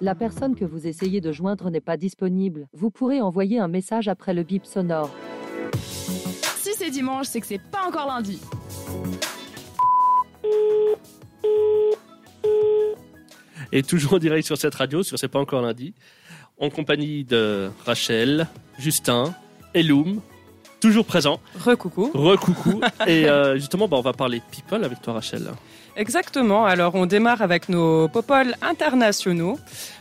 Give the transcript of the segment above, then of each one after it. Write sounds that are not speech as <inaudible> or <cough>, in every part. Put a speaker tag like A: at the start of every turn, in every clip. A: La personne que vous essayez de joindre n'est pas disponible. Vous pourrez envoyer un message après le bip sonore.
B: Si c'est dimanche, c'est que c'est pas encore lundi.
C: Et toujours en direct sur cette radio, sur C'est pas encore lundi, en compagnie de Rachel, Justin et Loum, toujours présent.
D: Recoucou.
C: Recoucou. et euh, justement, bah, on va parler people avec toi, Rachel.
D: Exactement. Alors, on démarre avec nos popoles internationaux.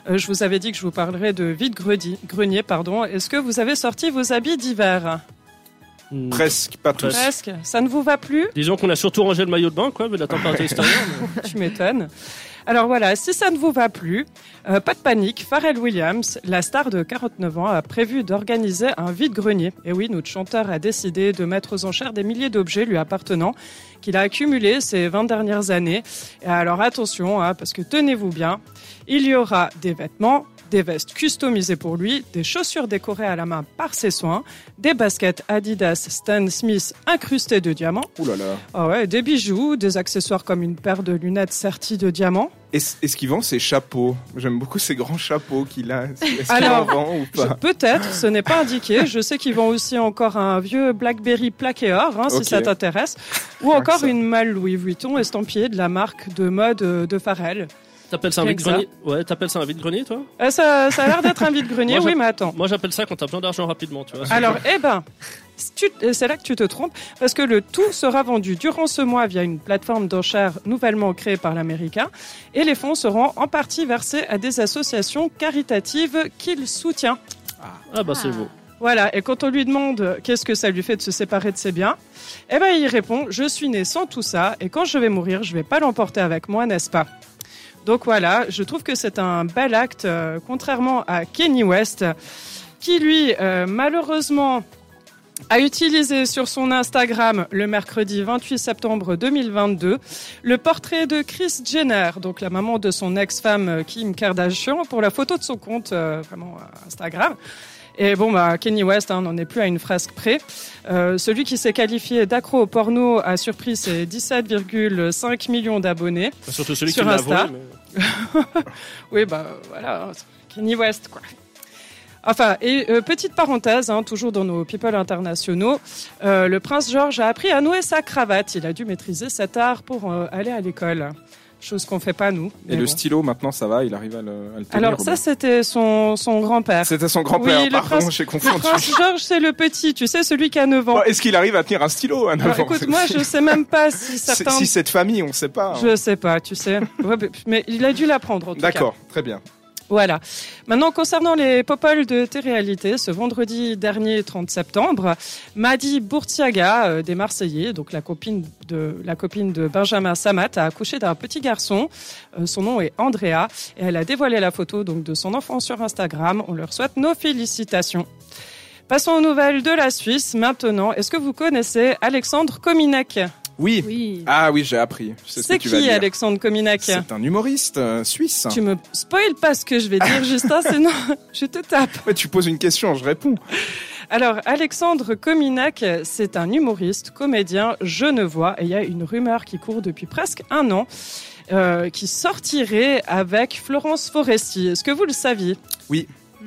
D: Euh, je vous avais dit que je vous parlerais de vide gredi- grenier, pardon. Est-ce que vous avez sorti vos habits d'hiver Mm.
C: Hmm.
E: Presque, pas tous.
C: Presque.
D: Presque. Ça ne vous va plus
C: Disons qu'on a surtout rangé le maillot de bain, quoi, vu la température extérieure.
D: <laughs> Tu m'étonnes. Alors voilà, si ça ne vous va plus, euh, pas de panique, Pharrell Williams, la star de 49 ans, a prévu d'organiser un vide-grenier. Et oui, notre chanteur a décidé de mettre aux enchères des milliers d'objets lui appartenant qu'il a accumulés ces 20 dernières années. Et alors attention, hein, parce que tenez-vous bien, il y aura des vêtements, des vestes customisées pour lui, des chaussures décorées à la main par ses soins, des baskets Adidas Stan Smith incrustées de diamants,
E: Ouh là là.
D: ah ouais, des bijoux, des accessoires comme une paire de lunettes serties de diamants.
E: Et, ce- et ce qu'il vend, c'est chapeaux. J'aime beaucoup ces grands chapeaux qu'il a. Est-ce qu'il en
D: Alors,
E: vend ou
D: Je-
C: Bah.
E: pas
D: Peut-être, ce n'est pas indiqué. Je sais qu'ils vend aussi encore un vieux Blackberry plaqué or, hein,
E: Ok.
D: si ça t'intéresse. Ou
E: que
D: encore
E: ça.
D: une malle Louis Vuitton estampillée de la marque de mode euh, de Farrell.
C: T'appelles ça un
D: Rien que ça.
C: vide-grenier Ouais, t'appelles ça un vide-grenier, toi
D: Euh, ça, ça a l'air d'être un vide-grenier,
C: <laughs> Moi,
D: oui,
C: je-
D: mais attends.
C: Moi, j'appelle ça quand t'as besoin d'argent rapidement, tu vois.
D: Alors, eh ben, si tu- euh, c'est là que tu te trompes, parce que le tout sera vendu durant ce mois via une plateforme d'enchères nouvellement créée par l'Américain, et les fonds seront en partie versés à des associations caritatives qu'il soutient.
C: Ah bah c'est beau.
D: Voilà, et quand on lui demande euh, qu'est-ce que ça lui fait de se séparer de ses biens, eh ben il répond je suis né sans tout ça et quand je vais mourir, je vais pas l'emporter avec moi, n'est-ce pas Donc voilà, je trouve que c'est un bel acte euh, contrairement à Kenny West qui lui euh, malheureusement a utilisé sur son Instagram le mercredi 28 septembre 2022 le portrait de Kris Jenner, donc la maman de son ex-femme euh, Kim Kardashian, pour la photo de son compte euh, vraiment euh, Instagram. Et bon, bah, Kenny West, hein, on n'en est plus à une frasque près. Euh, celui qui s'est qualifié d'accro au porno a surpris ses 17,5 millions d'abonnés.
C: Surtout celui
D: Sur
C: qui m'a
D: Insta.
C: volé, mais-
D: Oui, bah voilà, Kenny West, quoi. Enfin, et euh, petite parenthèse, hein, toujours dans nos people internationaux, euh, le prince George a appris à nouer sa cravate. Il a dû maîtriser cet art pour euh, aller à l'école. Chose qu'on fait pas, nous.
E: Et
D: mais
E: le
D: bon.
E: stylo, maintenant, ça va, il arrive à le, à le tenir.
D: Alors
E: au
D: ça,
E: moins.
D: c'était son, son grand-père.
E: c'était son grand-père,
D: Oui, le
E: pardon,
D: prince-
E: j'ai
D: Le
E: confondu.
D: prince George, c'est le petit, tu sais, celui qui a 9 ans.
E: Oh, Est-ce qu'il arrive à tenir un stylo <laughs> un
D: Alors,
E: enfant
D: Bah, écoute, moi, je sais même pas si certains.
E: Si cette famille, on ne sait pas. hein.
D: Je sais pas, tu sais. Ouais, mais- mais il a dû l'apprendre en tout cas.
E: D'accord, très bien.
D: Voilà. Maintenant, concernant les popoles de télé-réalité, ce vendredi dernier, 30 septembre, Madi Bourtiaga, euh, des Marseillais, donc la copine de, la copine de Benjamin Samat, a accouché d'un petit garçon. Euh, son nom est Andrea et elle a dévoilé la photo donc de son enfant sur Instagram. On leur souhaite nos félicitations. Passons aux nouvelles de la Suisse maintenant. Est-ce que vous connaissez Alexandre Kominek
E: Oui.
B: Oui.
E: Ah oui, j'ai appris. Je sais ce
D: C'est
E: que tu vas
D: qui
E: dire.
D: Alexandre Kominek
E: C'est un humoriste euh, suisse.
D: Tu me spoil pas ce que je vais dire,
E: <laughs>
D: Justin, sinon je te tape.
E: Ouais, tu poses une question, je réponds.
D: Alors, Alexandre Kominak, c'est un humoriste, comédien genevois, et il y a une rumeur qui court depuis presque un an, euh, qui sortirait avec Florence Foresti. Est-ce que vous le saviez
C: Ah,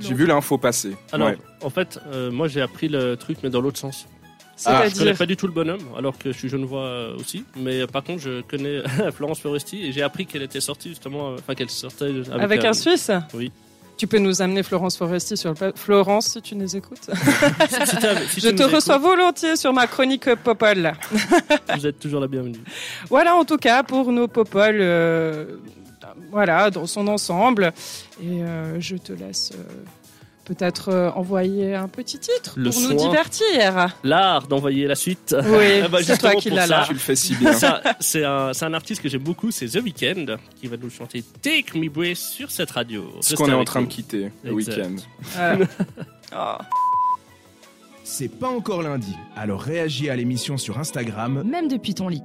E: J'ai vu l'info passer.
C: Alors,
E: Ouais.
C: Ah en fait, euh, moi j'ai appris le truc, mais dans l'autre sens. Je connais
D: C'est-à-dire,
C: pas du tout le bonhomme, alors que je suis genevois euh, aussi. Mais euh, par contre, je connais <laughs> Florence Foresti et j'ai appris qu'elle était sortie justement, euh, enfin qu'elle sortait avec,
D: avec
C: euh,
D: un Suisse
C: oui.
D: Tu peux nous amener Florence Foresti sur le pla- Florence, si tu nous écoutes.
C: Si t'as-
D: <laughs>
C: si
D: Je
C: tu
D: te
C: nous
D: reçois volontiers sur ma chronique Popol.
C: écoutes, Vous êtes toujours la bienvenue.
D: Voilà en tout cas pour nos popoles, euh, voilà dans son ensemble. Et euh, je te laisse euh, peut-être euh, envoyer un petit titre
C: Le
D: pour
C: soin. <laughs>
D: nous divertir.
C: L'art d'envoyer la
D: <laughs>
C: suite.
D: Oui,
C: Ah bah,
D: c'est toi
C: justement
D: qui
C: pour
D: l'as
C: ça,
D: là.
E: Tu le fais si
D: <laughs>
E: bien.
C: Ça, C'est un, c'est un artiste que j'aime beaucoup, c'est The Weeknd, qui va nous chanter Take Me Breath sur cette radio.
E: Ce
C: Restez
E: qu'on est en
C: avec
E: train
C: nous.
E: de quitter le
C: Exact.
E: week-end.
C: <laughs>
D: Voilà. Oh.
F: C'est pas encore lundi, alors réagis à l'émission sur Instagram
B: Même depuis ton lit.